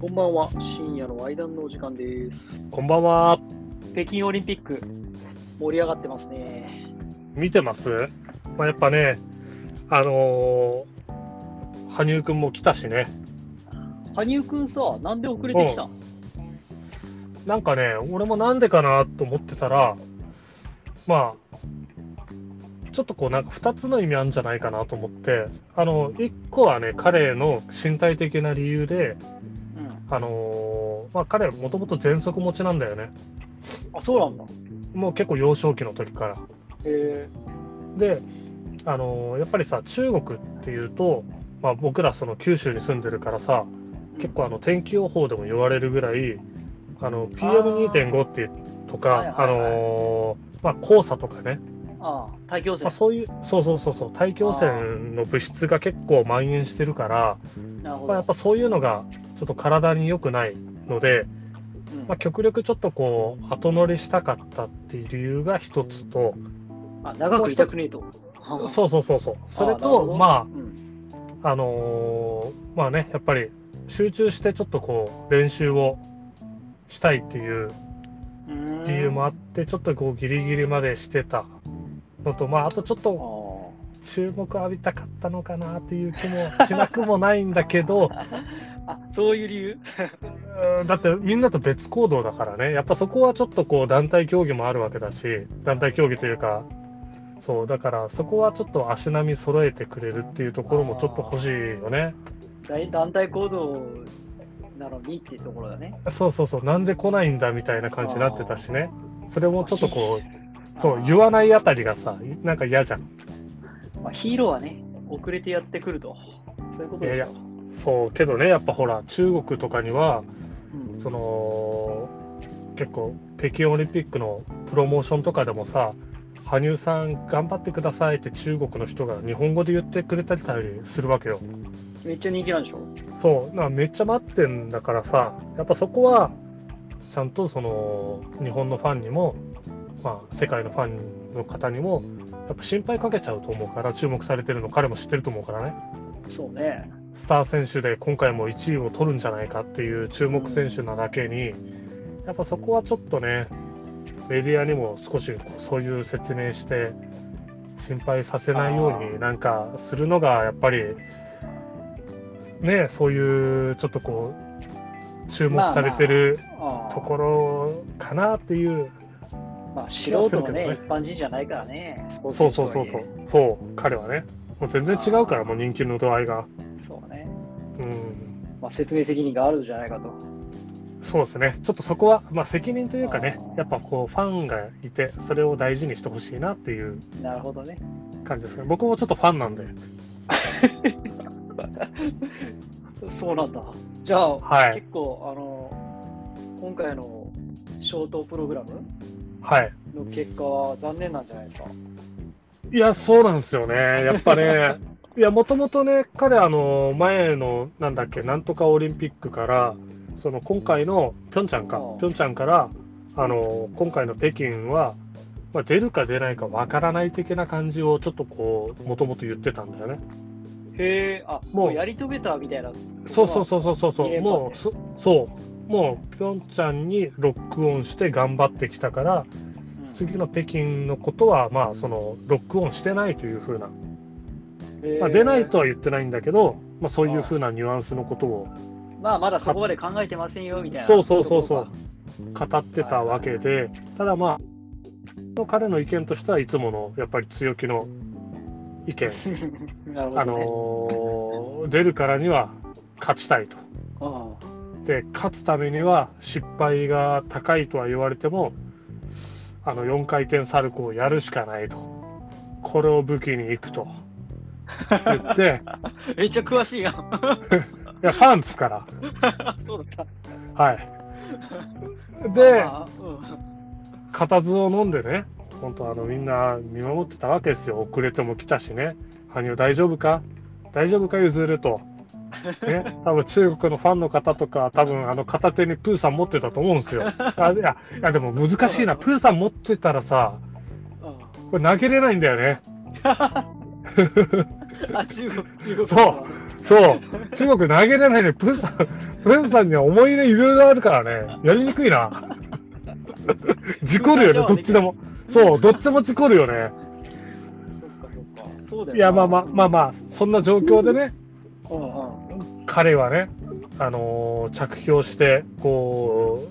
こんばんは、深夜のワイダンのお時間です。こんばんは。北京オリンピック、盛り上がってますね。見てます、まあ、やっぱね、あのー羽生くんも来たしね、羽生くんさ、なんで遅れてきたんなんかね、俺もなんでかなと思ってたら、まあ、ちょっとこう、なんか2つの意味あるんじゃないかなと思って、あの、1個はね、彼の身体的な理由で、うん。あのーまあ、彼はもともと喘息持ちなんだよね。あ、そうなんだ。もう結構幼少期の時から。えで、あのーやっぱりさ中国っていうと、まあ、僕らその九州に住んでるからさ結構あの天気予報でも言われるぐらいあの PM2.5 っていうとはいかはあいはいのーまあ黄砂とかね、ああ、大気汚ま染あ、。そういうそうそうそうそう大気汚あ染の物質が結構蔓延してるから、なるほまあ、やっど。ぱそういうのがちょっと体に良くないので、うんまあ、極力ちょっとこう後乗りしたかったっていう理由が一つとあ、長くいたくねえと。そうそうそうそうそ あれなるほとどまあうん。あのーまあね、やっぱり集中してちょっとこう練習をしたいっていううん理由もあって、ちょっとこうギリギリまでしてたのと、まあ、あとちょっとあ注目浴びたかったのかなっていう気もしなくもないんだけど、あ。あ、そういう理由うんだってみんなと別行動だからね、やっぱそこはちょっとこう団体競技もあるわけだし、団体競技というか、そう、だからそこはちょっと足並み揃えてくれるっていうところもちょっと欲しいよね。大団体行動なのにっていうところだね。そうそうそう、なんで来ないんだみたいな感じになってたしね、それもちょっとこう、そあう、ー言わないあたりがさ、なんか嫌じゃん。まあ、ヒーローはね、遅れてやってくると。そういうことだよいやいそう、けどね、やっぱほら、中国とかには、うんその、結構、北京オリンピックのプロモーションとかでもさ、羽生さん、頑張ってくださいって中国の人が日本語で言ってくれたりするわけよ。めっちゃ人気なんでしょそう、なんかめっちゃ待ってんだからさ、やっぱそこは、ちゃんとその日本のファンにも、まあ、世界のファンの方にも、やっぱ心配かけちゃうと思うから、注目されてるの、彼も知ってると思うからね、そうね。スター選手で今回も1位を取るんじゃないかっていう注目選手なだけに、やっぱそこはちょっとね、メディアにも少しこうそういう説明して、心配させないようあーになんかするのが、やっぱり、ね、そういうちょっとこう、注目されてるああところかなっていう、まあ、素人のね、気がするけどね一般人じゃないからね、スポーツそ選手とうそはういそえうそう、そう、彼はね、もう全然違うから、もう人気の度合いが。そうね、うんまあ、説明責任があるんじゃないかと。そうですね、ちょっとそこは、まあ、責任というかねあー、やっぱこうファンがいて、それを大事にしてほしいなっていうなるほどね。感じですね、僕もちょっとファンなんで、そうなんだ。じゃあ、はい結構、あの、今回のショートプログラムはい、の結果は残念なんじゃないですか。いや、そうなんですよね、やっぱね、いや、もともとね、彼、あの前のなんだっけ、なんとかオリンピックから、その今回のピョンチャンか、あピーョンチャンから、あの今回の北京は、まあ、出るか出ないかわからない的な感じを、ちょっとこう、もともと言ってたんだよね。へえ、あももううやり遂げたみたいな。そうそうそうそうそうそ二連う、覇もねうそそう、もうピョンチャンにロックオンして頑張ってきたから、うん次の北京のことは、まあ、そのロックオンしてないというふうな、へえまあ、出ないとは言ってないんだけど、まあ、そういうふうなニュアンスのことをまあ、まだそこまで考えてませんよみたいな。そうそうそうそとうこ語ってたわけで、ただまあ、彼の意見としてはいつものやっぱり強気の意見、ろか なるほど、ね。あのー出るからには勝ちたいと。ああで勝つためには失敗が高いとは言われてもあの4回転サルコーをやるしかないとこれを武器にいくと言ってめっちゃ詳しいやん。いやファンですから そうだっはいた。でああうん固唾を飲んでね本当あのみんな見守ってたわけですよ遅れても来たしね羽生大丈夫か大丈夫か譲ると、ね、多分中国のファンの方とか多分あの片手にプーさん持ってたと思うんですよあいやいやでも難しいなプーさん持ってたらさうんこれ投げれないんだよね。あ、中国、中国。そう。中国投げれないね。プーさん、ンさんには思い入れいろいろあるからね、やりにくいな。事故るよね、どっちでも。そう、どっちも事故るよね。そっかそっか。そうだよいや、まあまあ、まあまあ、そんな状況でね、あ。うんうん。彼はね、あのー着氷して、こ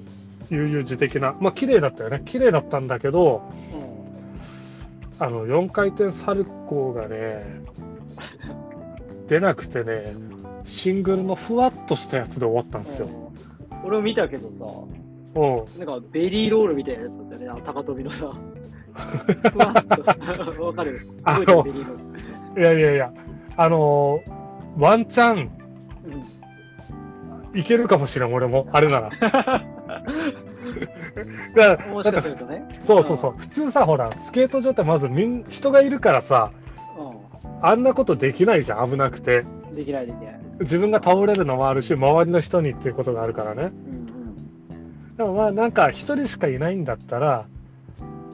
う、悠々自適な、まあ、綺麗だったよね。綺麗だったんだけど、あの、4回転サルコーがね、出なくてね、シングルのふわっとしたやつで終わったんですよ。うん、俺も見たけどさ、うん。なんかベリーロールみたいなやつだったよね、あの高跳びのさ。ふわっと わかるあ覚えてるのベ、リーロール。いやいやいや、あのーワンチャンうんいけるかもしれん、俺も、あれ なら。だからもだしっかてするとね。そうそうそう、普通さ、ほら、スケート場ってまずみん人がいるからさ、あんなことできないじゃん、危なくて。うん。できないできない。自分が倒れるのもあるし、周りの人にっていうことがあるからね。うんでもまあ、なんか、一人しかいないんだったら、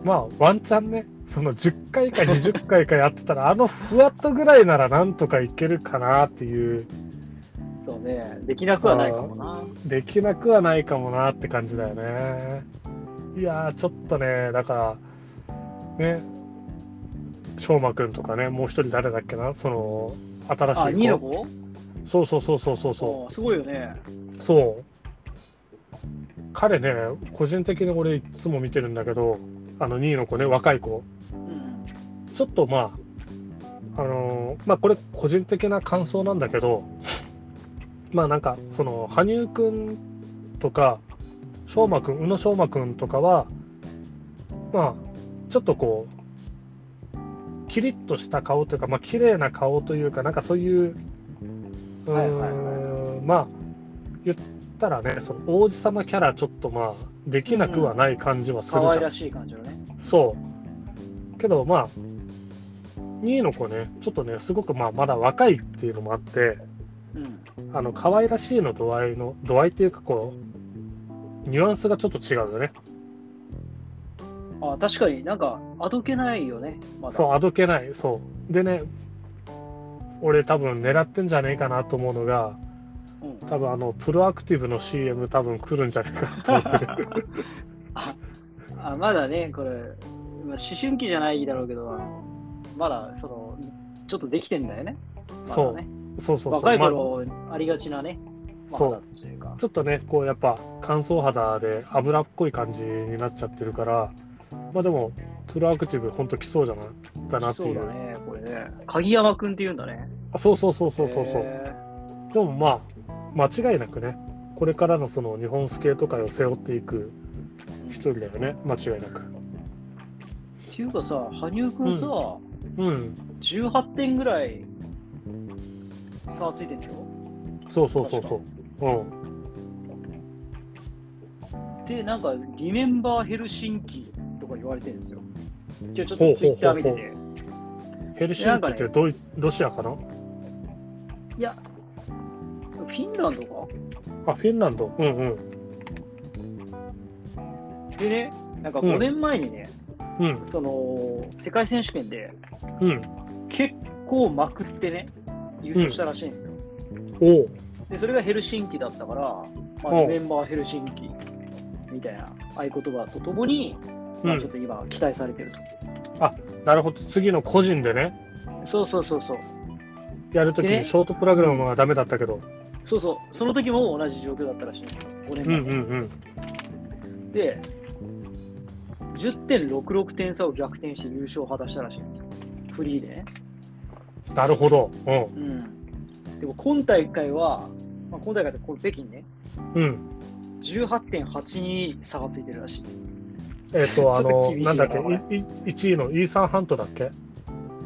まあ、ワンチャンね、その10回か20回かやってたら、あのふわっとぐらいならなんとかいけるかなっていう、うん。そうね。できなくはないかもな。できなくはないかもなって感じだよね。いやー、ちょっとね、だから、ね、翔真くんとかね、もう一人誰だっけな、その、新しあ、2いの子そうそうそうそうそうそうんすごいよね。う。そう彼ね、個人的に俺いつも見てるんだけど、あの2位の子ね、若い子。うん。ちょっとまあ、あのーまあこれ個人的な感想なんだけど、 まあなんか、その、羽生くんとか、翔馬くん、宇野昌磨くんとかは、まあ、ちょっとこう、キリッとした顔というか、まあ綺麗な顔というか、なんかそういう、うーんはいはいまあ、言ったらね、その王子様キャラちょっとまあ、できなくはない感じはするじ可ゃ愛んらしい感じのね。そう。けど、まあ、2位の子ね、ちょっとね、すごくまあまだ若いっていうのもあって、うん。あの可愛らしいの度合いの、度合いっていうか、こう、ニュアンスがちょっと違うよね。あ、確かになんか、あどけないよね。まだ。そう、あどけない、そう。でね、俺、多分狙ってんじゃねえかなと思うのが、うん。多分あのプロアクティブの CM、多分来るんじゃねえか なと思ってる。ああまだね、これ、まあ思春期じゃないだろうけど、あのまだその、ちょっとできてんだよね。まだねそうそうそう。若いま頃ありがちなね、まそうだっていうかあ。ちょっとね、こうやっぱ乾燥肌で脂っこい感じになっちゃってるから、まあでも、プロアクティブ、本当来そうじゃないだなってそいううだね、これね。鍵山くんって言うんだね。あそうそうそうそうそうそう、へでもまあ間違いなくねこれからのその日本スケート界を背負っていくー一人だよね間違いなくっていうかさ、羽生くんさ、うん18点ぐらい差ついてんでしょそうそうそうそううんで、なんか、リメンバーヘルシンキとか言われてるんですよ。今日ちょっほうとツイほうほうほうッター見てて。ヘルシンキってどういロシアかなフィンランドかあフィンランドうんうんでね、なんかうん5年前にね、うんその世界選手権でうん結構まくってね、優勝したらしいんですよ。おうで、それがヘルシンキだったから、まあ、おうメンバーヘルシンキみたいな合言葉とともに、まうあ、んちょっと今、期待されてると。なるほど次の個人でねそうそうそうそう。やるときでにねショートプログラムはダメだったけど、そうそう、その時も同じ状況だったらしいんですよ、5うん年うんうん前。で、10.66点差を逆転して優勝を果たしたらしいんですよ、フリーでね。なるほどうんうん、でも今大会は、まあ、今大会ってこれ北京ね、うん18.82差がついてるらしい。えっ、とあちょっとの厳しいななんだっけこれ1位のイーサン・ハントだっけ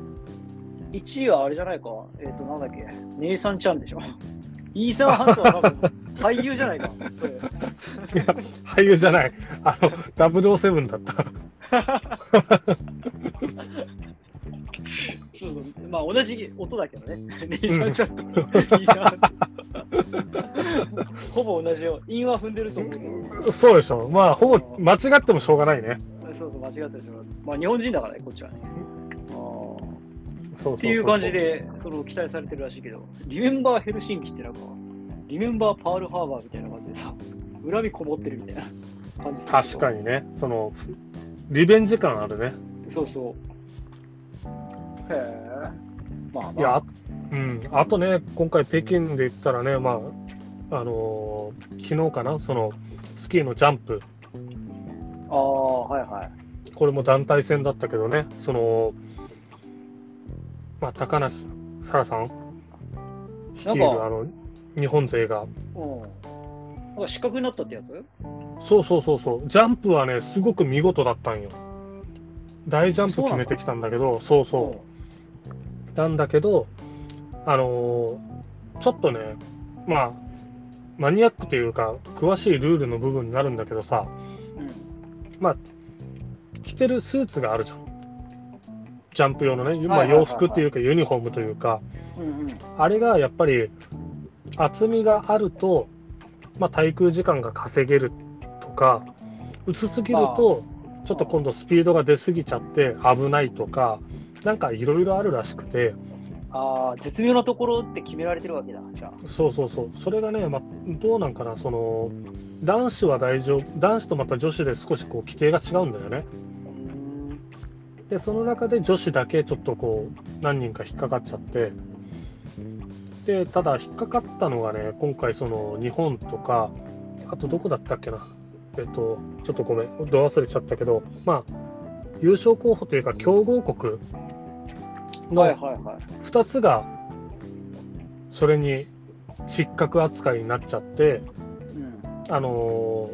1位はあれじゃないか、えっ、と、なんだっけ、ネイサン・チャンでしょ。 イーサン・ハントは多分俳優じゃないか。これ俳優じゃないあの007だったそうそう、まあ同じ音だけどね、ネイサン・チャンとイーサン・ハント。 ほぼ同じよ。韻は踏んでると思うけど、そうでしょ。まあ、ほぼ間違ってもしょうがないね。そうそう、間違ってるでしょ。まあ日本人だからね、こっちはね。あーそうそうそうっていう感じ。で、その期待されてるらしいけど、リメンバーヘルシンキってなんか、リメンバーパールハーバーみたいな感じでさ、恨みこもってるみたいな感じ確かに。にね、その、リベンジ感あるね。そうそう。へえ。まあ、まあ、いや、あうん、あとね、今回北京で言ったらね、まあ、あのー昨日かな、その、スキーのジャンプ、ああ、はいはい。これも団体戦だったけどね、その、まあ、高梨沙羅さん率いるなんかあの日本勢が、うん。なんか失格になったってやつそうそうそうそう、ジャンプはね、すごく見事だったんよ。大ジャンプ決めてきたんだけど、そうそう。なんだけど、あのーちょっとね、まあ、マニアックというか、詳しいルールの部分になるんだけどさ、うん。着てるスーツがあるじゃん。ジャンプ用のね、まはあ、いはいはいはい洋服というか、ユニフォームというか、うんうん。あれがやっぱり厚みがあると、まあ、滞空時間が稼げるとか、薄すぎると、ちょっと今度スピードが出すぎちゃって危ないとか、なんかいろいろあるらしくて、ああ、絶妙なところって決められてるわけだ、じゃあ。そうそうそう、それがね、まあ、どうなんかな、その男子は大丈夫、男子とまた女子で少しこう規定が違うんだよね。うーん。で、その中で女子だけちょっとこう、何人か引っかかっちゃって、で、ただ引っかかったのがね、今回、その日本とか、あとどこだったっけな、えっと、ちょっとごめん、ど忘れちゃったけど、まあ、優勝候補というか、強豪国のはいはいはい。 2つがそれに失格扱いになっちゃって、うん。あの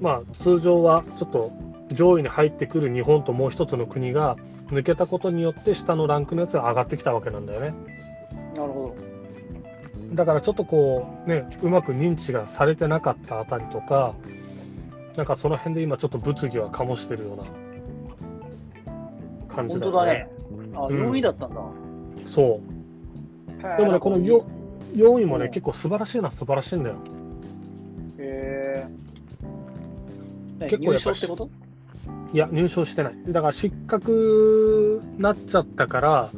ーまあ、通常はちょっと上位に入ってくる日本ともう一つの国が抜けたことによって下のランクのやつが上がってきたわけなんだよねなるほだからちょっとこうねうまく認知がされてなかったあたりとかなんかその辺で今ちょっと物議は醸してるような感ど。本じだ当よだねね。あ、うん4位だったんだ。そうへーでもね、この 4, 4位もね、うん結構素晴らしいな、素晴らしいんだよ。へえ。結結構構や優っぱ勝ってこといや、入賞してない。だから失格なっちゃったから、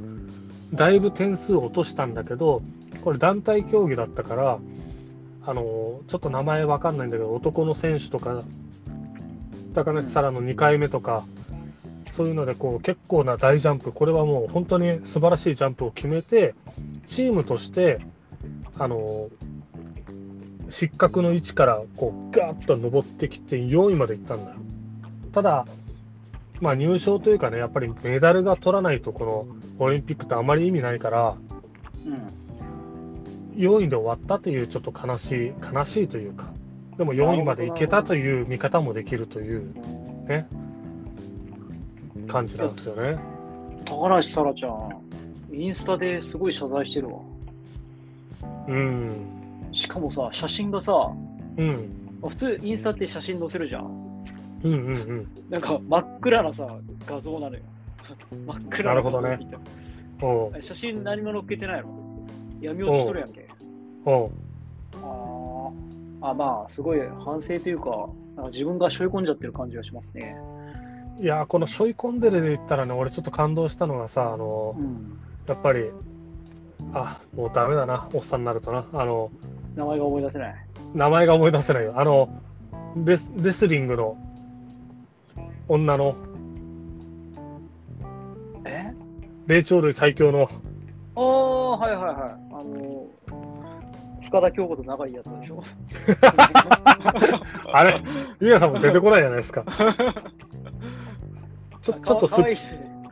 だいぶ点数を落としたんだけど、これ団体競技だったから、あのちょっと名前わかんないんだけど、男の選手とか、高梨沙羅の2回目とか、そういうのでこう結構な大ジャンプ、これはもう本当に素晴らしいジャンプを決めて、チームとして、あの失格の位置からこうガーッと上ってきて、4位まで行ったんだよ。ただ、まあ、入賞というかね、やっぱりメダルが取らないと、このオリンピックってあまり意味ないから、うん。 4位で終わったという、ちょっと悲しい、悲しいというか、でも4位までいけたという見方もできるというね、感じなんですよね。高梨沙羅ちゃん、インスタですごい謝罪してるわ。うん、しかもさ、写真がさ、うん、普通インスタって写真載せるじゃん。うん、うん、なんか真っ暗なさ、画像なのよ。真っ暗な画像って言ったらうん、おう写真何も載っけてないの闇落ちしとるやんけ。おう、あーあ、まあ、すごい反省というか、なんか自分が背負い込んじゃってる感じがしますね。いやー、このしょい込んでるで言ったらね、俺ちょっと感動したのがさ、あのうん。やっぱり、あもうダメだな、おっさんになるとな、あの名前が思い出せない。名前が思い出せないよ。あの、レスレスリングの女の、え霊長類最強の、ああ、はいはいはい。あのー、深田恭子と仲いいやつでしょ。あれ、ゆうやさんも出てこないじゃないで すか。ちょちょっとすかわいい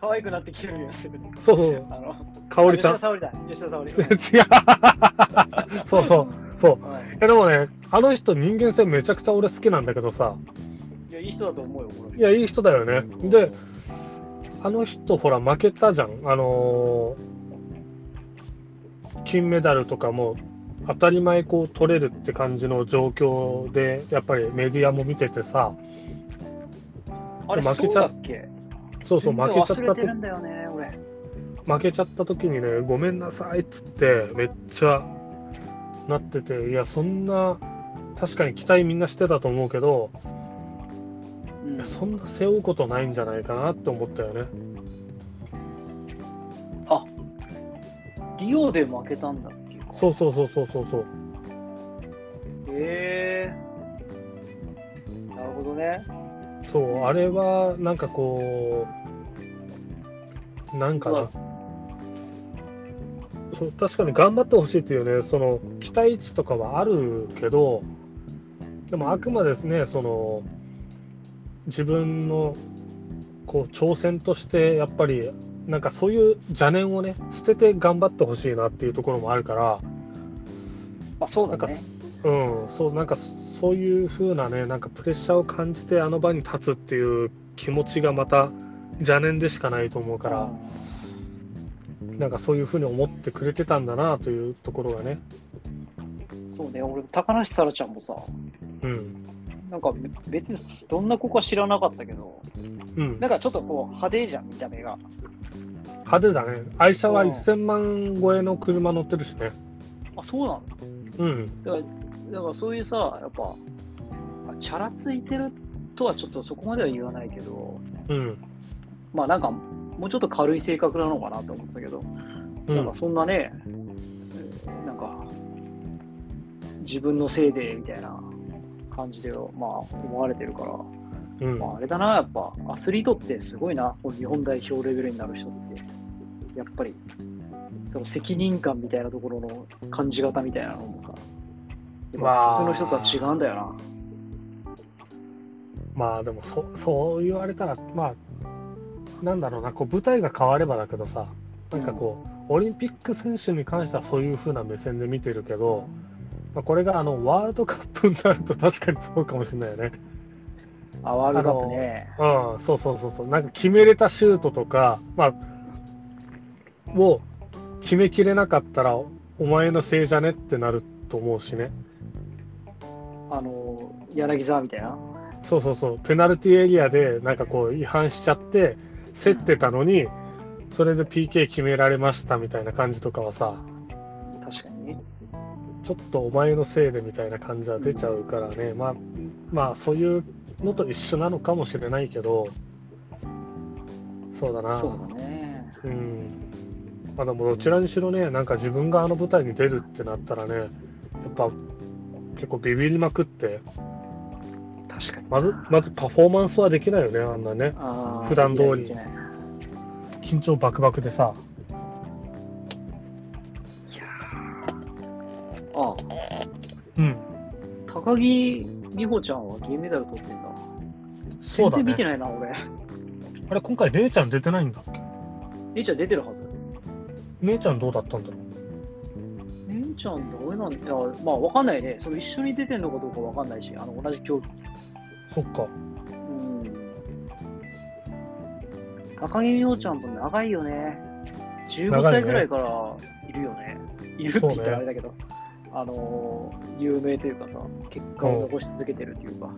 可愛くなってきてるやつ。そうそう、あの、かおりちゃ吉ん田。沙保里だ。吉田沙保里。違う。 そうそう。そうはいいやでもね、あの人、人間性めちゃくちゃ俺好きなんだけどさ、いや、いい人だと思うよ、こいや、いい人だよね。れ。で、あの人、ほら、負けたじゃん。あのー金メダルとかも当たり前こう取れるって感じの状況で、やっぱりメディアも見ててさ、あれ、負負けけちちゃゃっっけそうそう、負けちゃった全然忘れてとるんだよね、俺。負けちゃった時にね、ごめんなさいっつって、めっちゃなってて、いや、そんな、確かに期待みんなしてたと思うけど、うんそんな背負うことないんじゃないかなって思ったよね。リオで負けたんだっていうか。そうそうそうそうそうそう。えー、なるほどね。そう、あれは、なんかこう、なんかうな。そう確かに頑張ってほしいっていうね、その期待値とかはあるけど、でもあくまでですね、その自分のこう挑戦として、やっぱりなんかそういう邪念をね、捨てて頑張ってほしいなっていうところもあるから、あ、そうなんだかね。うん、そうなんかそそういう風なねなんかプレッシャーを感じてあの場に立つっていう気持ちがまた邪念でしかないと思うからなんかそういう風に思ってくれてたんだなというところがね、そうね、俺、高梨沙羅ちゃんもさ、うんなんかべ別にどんな子か知らなかったけど、うん、なんかちょっとこう派手じゃん、見た目が。派手だね愛車はうん1000万超えの車乗ってるしね、あ、そうなのうん、だからだからそういうさ、やっぱ、あチャラついてるとはちょっとそこまでは言わないけど、うんまあなんか、もうちょっと軽い性格なのかなと思ったけど、うなんんかそんなね、えーなんか、自分のせいでみたいな感じで、まあ、思われてるから、うんまあ、あれだな、やっぱ、アスリートってすごいな、この日本代表レベルになる人って、やっぱり、その責任感みたいなところの感じ方みたいなのもさ、やっまあぱ普通の人とは違うんだよな。まあでもそそう言われたらまあなんだろうなこう舞台が変わればだけどさなんかこうオリンピック選手に関してはそういう風な目線で見てるけど、まあ、これがあのワールドカップになると確かにそうかもしれないよね。あ、ワールドカップね。うん、そうそうそうそうなんか決めれたシュートとか、まあ、を決めきれなかったらお前のせいじゃねってなると思うしね。あの、柳沢みたいな。そうそうそう、ペナルティーエリアでなんかこう違反しちゃって、競ってたのに、それで PK 決められましたみたいな感じとかはさ、確かにね。ちょっとお前のせいでみたいな感じは出ちゃうからね、まあ、まあ、そういうのと一緒なのかもしれないけど、そうだな、そうだね。うん、まあでもどちらにしろね、なんか自分があの舞台に出るってなったらね、やっぱ結構ビビりまくって、確かに。まずまずパフォーマンスはできないよね、あんなね。あー普段通りいけないいけない緊張バクバクでさ、ああ、うん、高木美帆ちゃんは銀メダル取ってんだ。そ全うだ然見てね。ないな、俺。あれ、今回、れいちゃん出てないんだっけ姉ちゃん出てるはず。姉ちゃんどうだったんだろ姉ちゃんどうなんだまあ、わかんないね。その一緒に出てんのかどうかわかんないし、あの同じ競技。う。そっか。うん。高木美帆ちゃんも長いよね。15長いね歳ぐらいからいるよね。いるって言ったらあれだけど、あのー、有名というかさ、結果を残し続けてるというか。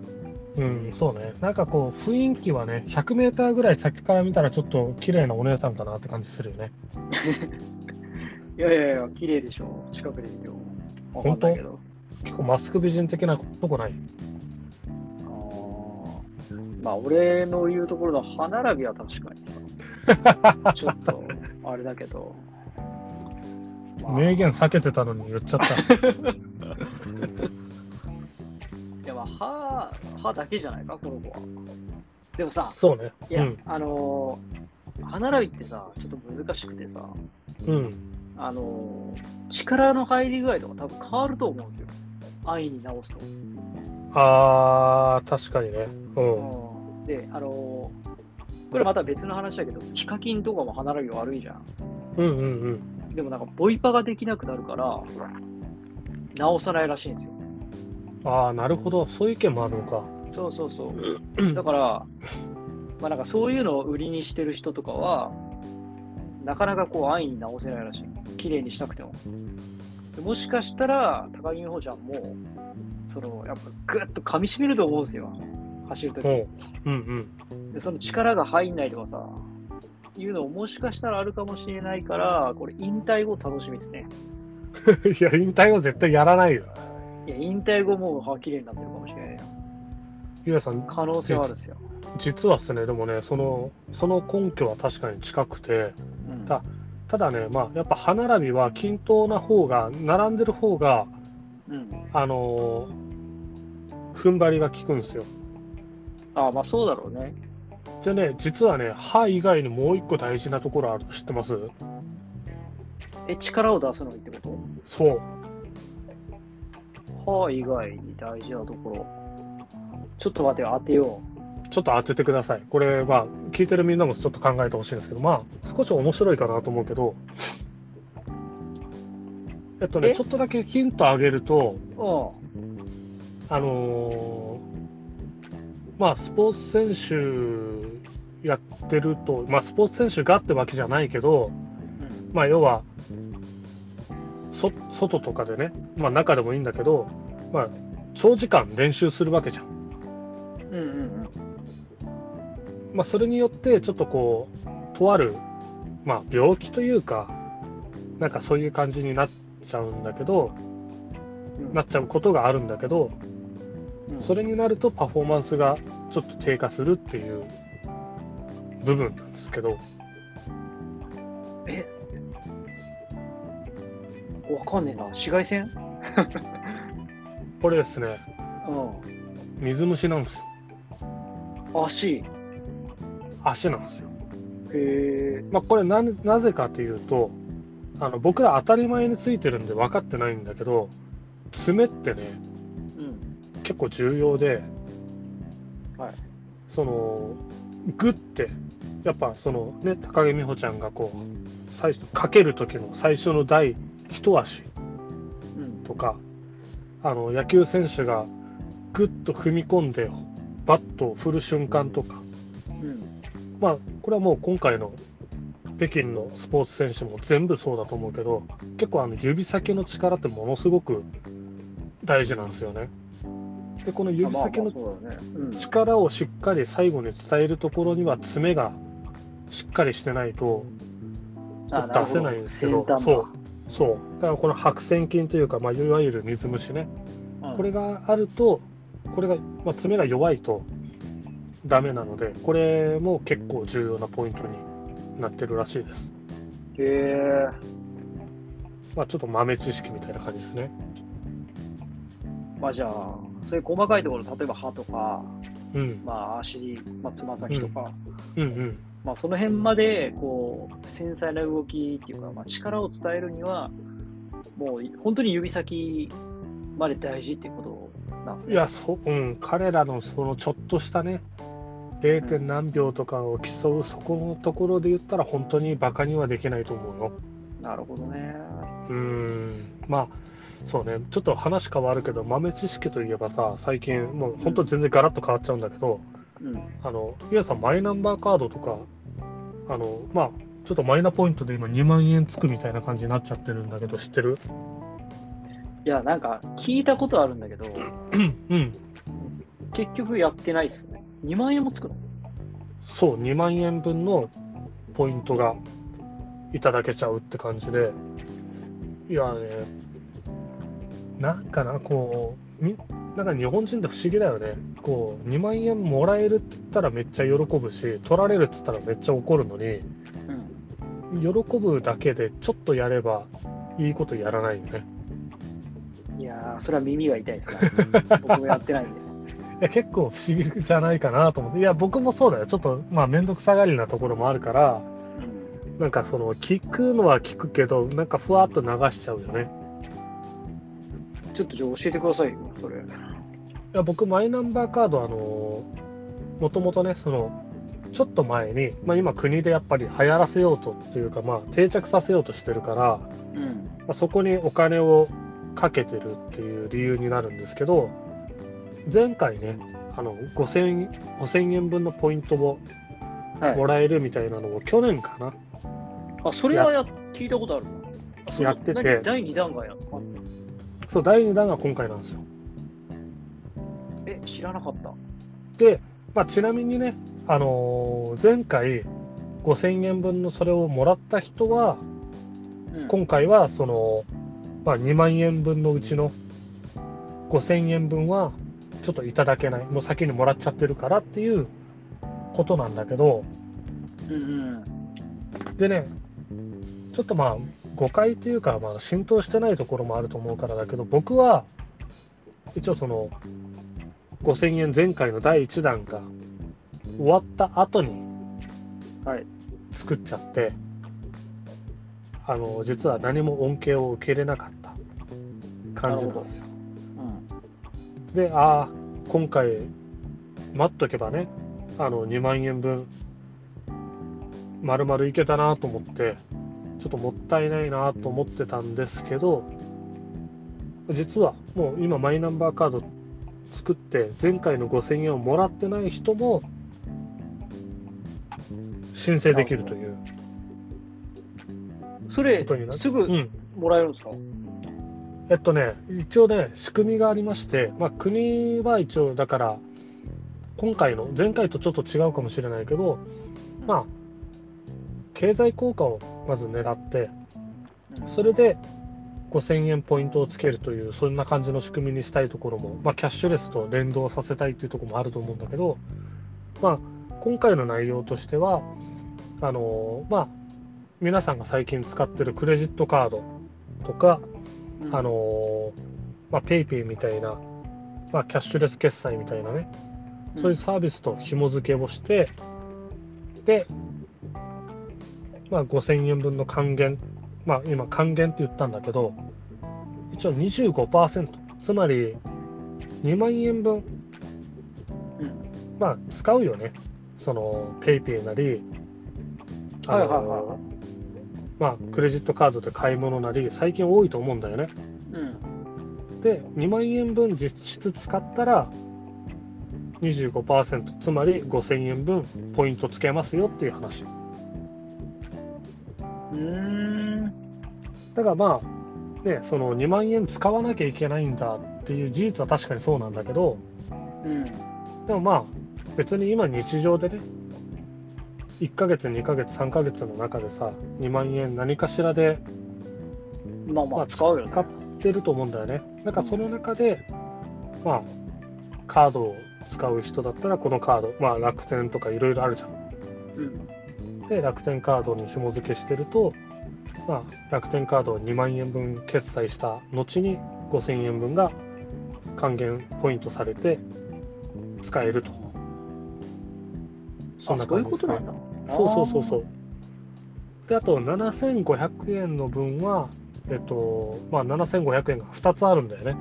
うん、そうね。なんかこう、雰囲気はね、100メーターぐらい先から見たら、ちょっと綺麗なお姉さんかなって感じするよね。いやいやいや、綺麗でしょ。近くで見ても。わかんないけど。結構、マスク美人的なとこない。あーまあ、俺の言うところの歯並びは確かにさ、ちょっとあれだけ ど。まあ名言避けてたのに言っち ゃった。いやまあ歯歯だけじゃないか、この子は。でもさ、そうね。いや、うん。あのー歯並びってさ、ちょっと難しくてさ、うん。あのー力の入り具合とか多分変わると思うんですよ。安易に直すと。あー、確かにね。うん。で、あのーこれまた別の話だけど、ヒカキンとかも歯並び悪いじゃん。うんうんうん。でもなんか、ボイパができなくなるから、直さないらしいんですよ。あー、なるほど。そういう意見もあるのか。そうそうそう。だから、まあなんかそういうのを売りにしてる人とかは、なかなかこう安易に直せないらしい。綺麗にしたくても。でもしかしたら、高木美帆ちゃんも、その、やっぱグッと噛み締めると思うんですよ。走るとき。うん。うんでその力が入んないとかさ、いうのももしかしたらあるかもしれないから、これ引退後楽しみですね。うん。 いや、引退は絶対やらないよ。いや、引退後もう歯綺麗になってるかもしれないよ。ゆうやさん、可能性はあるですよ。実はですね、でもね、その、その根拠は確かに近くて、うんただね、まあ、やっぱ歯並びは均等な方が、並んでる方がうん。あのー踏ん張りが効くんですよ。ああ、まあそうだろうね。じゃあね、実はね、歯以外にもう一個大事なところある知ってますえ、力を出すのにってこそう、と歯以外に大事なところ。ちょっと待ってよ、当てよちょっと当ててください。これ、まあ、聞いてるみんなもちょっと考えてほしいんですけど、まあ、少し面白いかなと思うけど、えっとね、えちょっとだけヒントあげると、う。うあのーまあ、スポーツ選手やってると、まあ、スポーツ選手がってわけじゃないけど、ん。うん。まあ、要はそ外とかでね、まあ、中でもいいんだけど、まあ、長時間練習するわけじゃん、うんうんまあ、それによってちょっとこうとある、まあ、病気というかなんかそういう感じになっちゃうんだけどうん。なっちゃうことがあるんだけどうんそれになるとパフォーマンスがちょっと低下するっていう部分なんですけどわかんねえな。紫外線これですねう水虫なんですよん。足。へ足なんですよ。え。まあ、これななぜかというとあの僕ら当たり前についてるんで分かってないんだけど爪ってねうん。結構重要で、はいそのグッてやっぱそのね高木美帆ちゃんがこう最初かける時の最初の第一足うん。とかあの野球選手がグッと踏み込んでバットを振る瞬間とかうん。まあこれはもう今回の北京のスポーツ選手も全部そうだと思うけど結構あの指先の力ってものすごく大事なんですよね。でこの指先のあまあまあそうだね。うん。力をしっかり最後に伝えるところには爪がしっかりしてないとあるほ出せないんですけど先端そうそうだからこの白癬菌というか、まあ、いわゆる水虫ねだうんこれがあるとこれが、まあ、爪が弱いとダメなのでこれも結構重要なポイントになってるらしいです、へえ。まあ、ちょっと豆知識みたいな感じですねまあじゃあ、そういう細かいところ、例えば歯とか、うんまあ足、まあつま先とか、うんうんまあその辺まで、こう、繊細な動きっていうか、まあ力を伝えるには、もう本当に指先まで大事っていうことなんですいね。やそ、うん、彼らのそのちょっとしたね 0. 点何秒とかを競うそこのところで言ったら本当にバカにはできないと思うよ。なるほどね。うーんまあそうねちょっと話変わるけど豆知識といえばさ最近もう本当全然ガラッと変わっちゃうんだけどうん。あの皆さんマイナンバーカードとかあのまあちょっとマイナポイントで今2万円つくみたいな感じになっちゃってるんだけど知ってるいや、なんか聞いたことあるんだけど、うん結局やってないっすね。2万円もつくのそう2万円分のポイントがいただけちゃうって感じでいやねなんかなこうみなんか日本人って不思議だよねこう2万円もらえるっつったらめっちゃ喜ぶし取られるっつったらめっちゃ怒るのにうん。喜ぶだけでちょっとやればいいことやらないよねいやー、それは耳が痛いですね。僕もやってないんで。いや結構不思議じゃないかなと思っていや僕もそうだよちょっとまあ面倒くさがりなところもあるからうんなんかその聞くのは聞くけどなんかふわっと流しちゃうよねちょっとじゃあ教えてくださいよ、それ。いや僕マイナンバーカードあのもともとねそのちょっと前に、まあ、今国でやっぱり流行らせようとっていうか、まあ、定着させようとしてるから、まうん。あ、そこにお金をかけてるっていう理由になるんですけど前回ねあの 5000, 5000円分のポイントをはいもらえるみたいなのを去年かな、あ、それはや聞いたことあるなあそのやってて何第2弾がやったそう第2弾が今回なんですよえ、知らなかった。で、まあ、ちなみにね、あのー前回5000円分のそれをもらった人はうん今回はその、まあ、2万円分のうちの5000円分はちょっといただけないもう先にもらっちゃってるからっていうことなんだけどうんうん。でねちょっとまあ誤解というか、まあ、浸透してないところもあると思うからだけど僕は一応その5000円前回の第1弾が終わった後にはい作っちゃって、あの実は何も恩恵を受けれなかった感じなんですよ。うん。でああ今回待っとけばねあの2万円分丸々いけたなと思ってちょっともったいないなと思ってたんですけど実はもう今マイナンバーカード作って前回の5000円をもらってない人も申請できるというそこれとにな、ってすぐうん、もらえるんですかえっとね、一応ね、仕組みがありまして、まあ、国は一応、だから、今回の、前回とちょっと違うかもしれないけど、まあ、経済効果をまず狙って、それで5000円ポイントをつけるという、そんな感じの仕組みにしたいところも、まあ、キャッシュレスと連動させたいというところもあると思うんだけど、まあ、今回の内容としては、あのまあ、皆さんが最近使ってるクレジットカードとか、うんあ、のーまあ、ペイペイみたいな、まあ、キャッシュレス決済みたいなね、うんそういうサービスと紐付けをして、で、まあ、5000円分の還元、まあ、今、還元って言ったんだけど、一応25%、つまり2万円分、うんまあ、使うよね、そのペイペイなり、あはのーいはいはいはいまあ、クレジットカードで買い物なり、最近多いと思うんだよね。うん。で2万円分実質使ったら25%つまり5000円分ポイントつけますよっていう話うーん。だからまあねその2万円使わなきゃいけないんだっていう事実は確かにそうなんだけどうん。でもまあ別に今日常でね1ヶ月2ヶ月3ヶ月の中でさ2万円何かしらでまあまあ、使うよね。使ってると思うんだよね。なんかその中で、まあ、カードを使う人だったら、このカード、まあ、楽天とかいろいろあるじゃん。うん。で、楽天カードに紐付けしてると、まあ、楽天カードを2万円分決済した後に、5000円分が還元ポイントされて、使えると。そんなあそうい感うこじでとすなねん。だ。そうそうそうそう。で、あと7500円の分は、えっと、まあ、7500円が2つあるんだよね。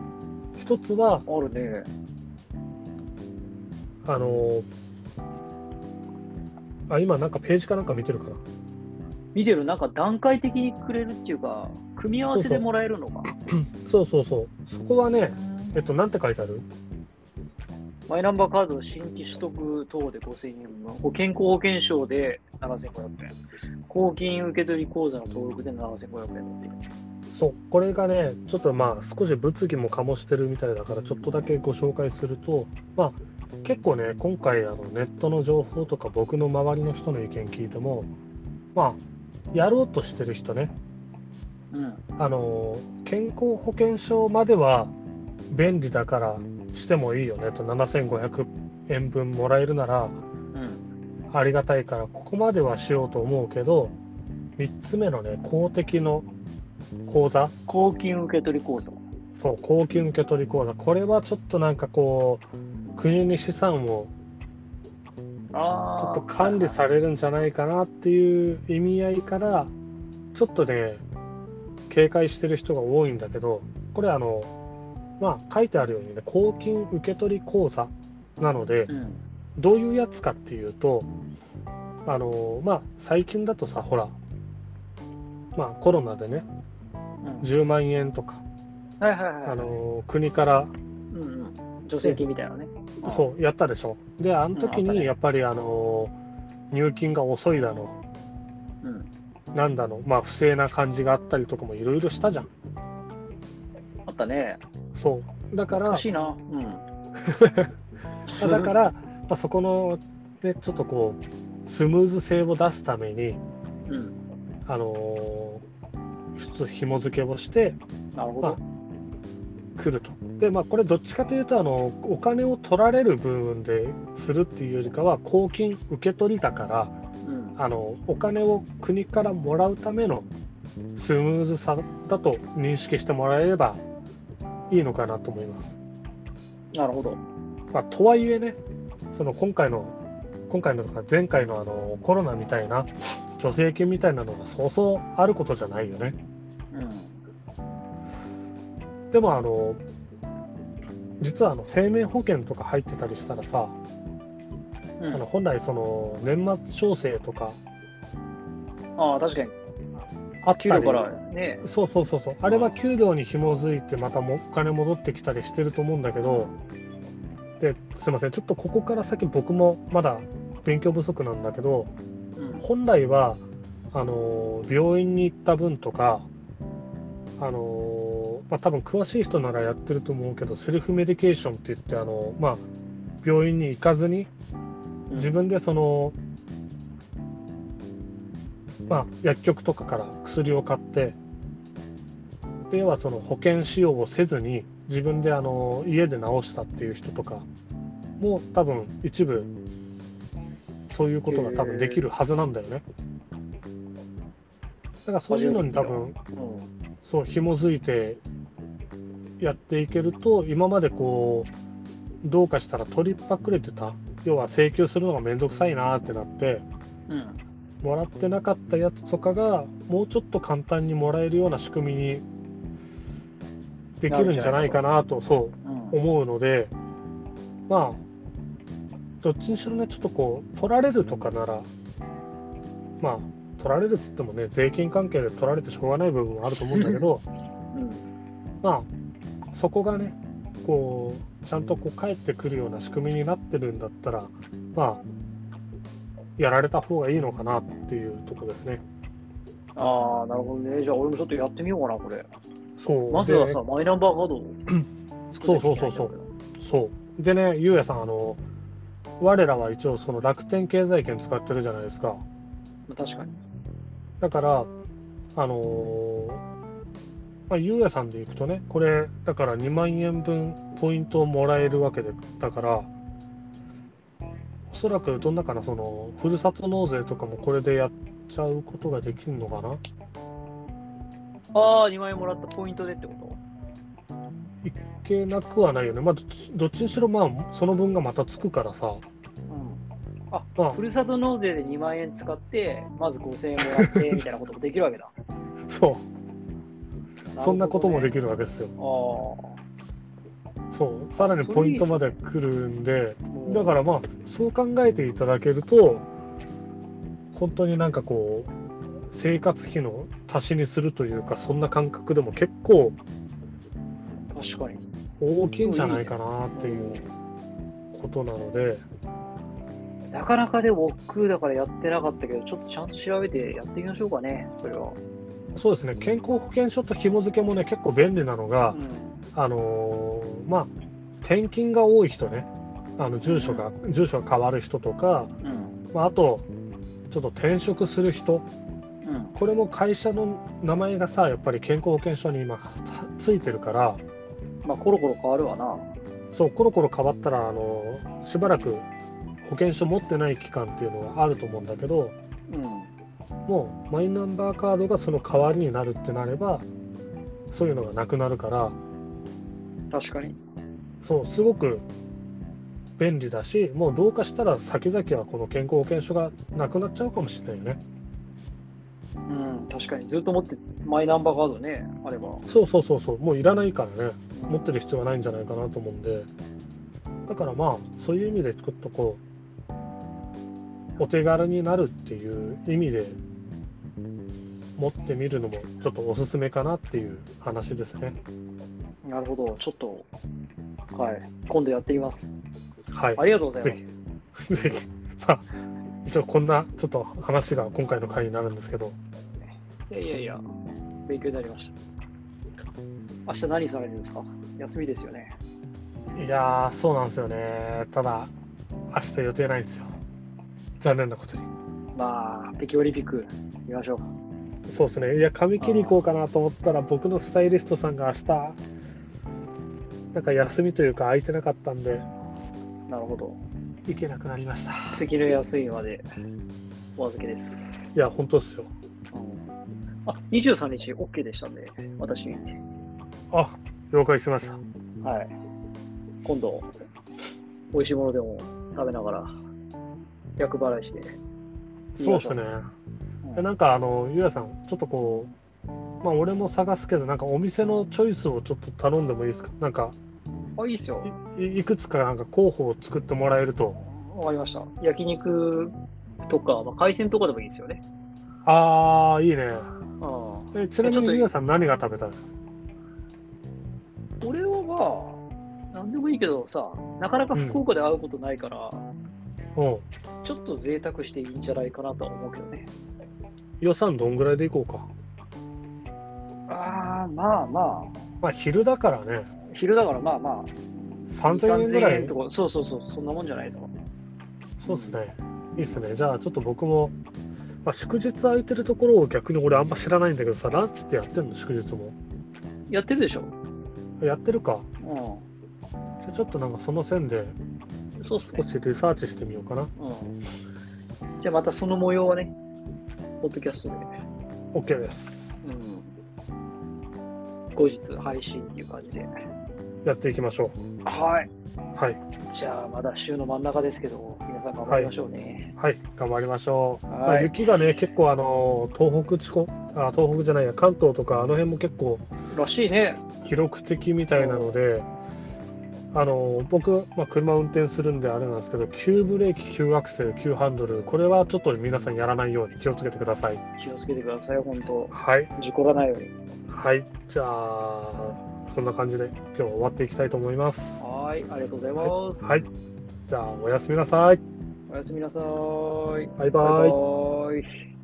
1つは、あるね。あのあ、今なんかページかなんか見てるかな。見てる、なんか段階的にくれるっていうか、組み合わせでもらえる のか。そうそうそう。そこはね、えっと、なんて書いてあるマイナンバーカードの新規取得等で5000円分、こう健康保険証で7500円、公金受取口座の登録で7500円っていうそう、これがね、ちょっとまあ、少し物議も醸してるみたいだから、ちょっとだけご紹介すると、まあ、結構ね、今回、あのネットの情報とか、僕の周りの人の意見聞いても、まあ、やろうとしてる人ね、うん。あの健康保険証までは便利だからしてもいいよねと7500円分もらえるならうん。ありがたいからここまではしようと思うけど3つ目のね公的の口座公金受取口座。そう公金受取口座これはちょっとなんかこう国に資産をちょあっと管理されるんじゃないかなっていう意味合いからちょっとね警戒してる人が多いんだけどこれあのまあ書いてあるようにね公金受取口座なのでうん。どういうやつかっていうとあのまあ最近だとさほらまあコロナでねうん、 10万円とかはいはいはい。あの国からうんうん。助成金みたいなね。そうやったでしょであの時うんあったにねやっぱりあの入金が遅いだのうん。うん。なんだろう、まあ、不正な感じがあったりとかもいろいろしたじゃん。あったね。そうだか懐らかしいな。うん。だから、まあ、そこの、ね、ちょっとこうスムーズ性を出すために、うん。あのー、普通紐付けをしてなるほど。くると。でまあこれどっちかというとあのお金を取られる部分でするっていうよりかは公金受け取りだからうん。あのお金を国からもらうためのスムーズさだと認識してもらえればいいのかなと思います。なるほど。まあ、とはいえね、その今回の、今回のとか前回のあのコロナみたいな助成金みたいなのがそうそうあることじゃないよね。うん。でもあの、実はあの生命保険とか入ってたりしたらさ、うあのん、本来その年末調整とかああ、確かに。あった給り料からね。そうそうそうそうあれは給料に紐づいてまたもお金戻ってきたりしてると思うんだけどですいませんちょっとここから先僕もまだ勉強不足なんだけどうん。本来はあのー病院に行った分とかあのー、まあ、多分詳しい人ならやってると思うけどセルフメディケーションって言ってあのーまあ病院に行かずに自分でその、まあ、薬局とかから薬を買ってで要はその保険使用をせずに自分であの家で治したっていう人とかも多分一部そういうことが多分できるはずなんだよね。だからそういうのに多分うん。そう紐づいてやっていけると今までこうどうかしたら取りっぱくれてた要は請求するのが面倒くさいなーってなってうん。もらってなかったやつとかがもうちょっと簡単にもらえるような仕組みにできるんじゃないかなとそううん。思うのでまあどっちにしろねちょっとこう取られるとかならまあ取られるっつってもね税金関係で取られてしょうがない部分はあると思うんだけどうんまあそこがねこうちゃんとこう返ってくるような仕組みになってるんだったらまあやられた方がいいのかなっていうとこですね。ああ、なるほどね。じゃあ、俺もちょっとやってみようかな、これ。そうまずはでさ、マイナンバーカードを作ってみそうそうそうそうそうでねゆうやさんあの我らは一応その楽天経済圏使ってるじゃないですかう。確かに。だからあのーまあ、ゆうやさんでいくとねこれだから2万円分ポイントをもらえるわけでだからおそらくどんなかなそのふるさと納税とかもこれでやっちゃうことができるのかなああ、2万円もらったポイントでってこといけなくはないよねまあどっちどっちにしろまあその分がまたつくからさうん。あ、まあふるさと納税で2万円使って、まず5000円もらっ て、みたいなこともできるわけだ。そうるほどねそんなこともできるわけですよああ。もそうさらにポイントまで来るんでうだからまあそう考えていただけると本当になんかこう生活費の足しにするというかそんな感覚でも結構確かに。大きいんじゃないかなっていうことなのでなかなかでも僕だからやってなかったけど、ちょっとちゃんと調べてやってみましょうかね、それは。そうですね健康保険証と紐付けもね結構便利なのがうあのーまあ転勤が多い人ねあの住所が住所が変わる人とか、ん。うん。まあ、あとちょっと転職する人うん。これも会社の名前がさやっぱり健康保険証に今はついてるからまあ、コロコロ変わるわな。そうコロコロ変わったらあのしばらく保険証持ってない期間っていうのがあると思うんだけどうん。もうマイナンバーカードがその代わりになるってなればそういうのがなくなるから確かに。そうすごく便利だしもうどうかしたら先々はこの健康保険証がなくなっちゃうかもしれないよねうん。確かに。ずっと持って、マイナンバーカードね、あれば。そうそうそうそうもういらないからね持ってる必要はないんじゃないかなと思うんでだからまあそういう意味でちょっとこうお手軽になるっていう意味で持ってみるのもちょっとおすすめかなっていう話ですねなるほど。ちょっと、はい。今度やってみます。はい、ありがとうございます。ぜひまあ一応こんなちょっと話が今回の回になるんですけどいやいやいや、勉強になりました。明日何されるんですか休みですよね。いやーそうなんですよねただ明日予定ないんですよ残念なことにまあ、北京オリンピック見ましょう。そうですね、いや、髪切り行こうかなと思ったら、僕のスタイリストさんが明日なんか休みというか、空いてなかったんで、なるほど。行けなくなりました。い次の休みまでお預けです。や、本当ですよ。あ、23日 OK でしたんで、私。あ、了解しました。はい。今度、美味しいものでも食べながら、厄払いして。そうですうね。んでなんかあのゆうやさんちょっとこうまあ俺も探すけどなんかお店のチョイスをちょっと頼んでもいいですかなんかあ、いいっすよ。いいいくつかなんか候補を作ってもらえるとわかりました。焼肉とか、まあ、海鮮とかでもいいですよね。ああいいねあえちなちょみっにとゆうやさん何が食べたの俺はまあ、なんでもいいけどさ、なかなか福岡で会うことないから、うんちょっと贅沢していいんじゃないかなとは思うけどね。予算どんぐらいでいこうかああ、まあまあ、まあ昼だからね昼だからまあまあ、 3000円ぐらいとか、そうそうそう、そんなもんじゃないですか。そうですねいいっすねじゃあちょっと僕も、まあ、祝日空いてるところを逆に俺あんま知らないんだけどさランチってやってんの祝日もやってるでしょ。やってるかうじゃあちょっとなんかその線でん。そうっす少ね。しリサーチしてみようかなうん。じゃあまたその模様はね、ポッドキャストで、 OK ですうん、後日配信っていう感じで。やっていきましょはい。う。はい。じゃあ、まだ週の真ん中ですけど、皆さん頑張りましょうね。はい。頑張りましょう。まはあ、い雪がね、結構、あのー、東北地方、あ、東北じゃないや、関東とか、あの辺も結構らしいね。記録的みたいなので、あのー、僕、まあ、車運転するんであれなんですけど、急ブレーキ、急アクセル、急ハンドル、これはちょっと皆さんやらないように気をつけてください。気をつけてください、本当。はい。事故らないように。はい。じゃあ、そんな感じで今日は終わっていきたいと思います。はい、ありがとうございます。はい。じゃあ、おやすみなさい。おやすみなさーい。ババイバイ。イバーイ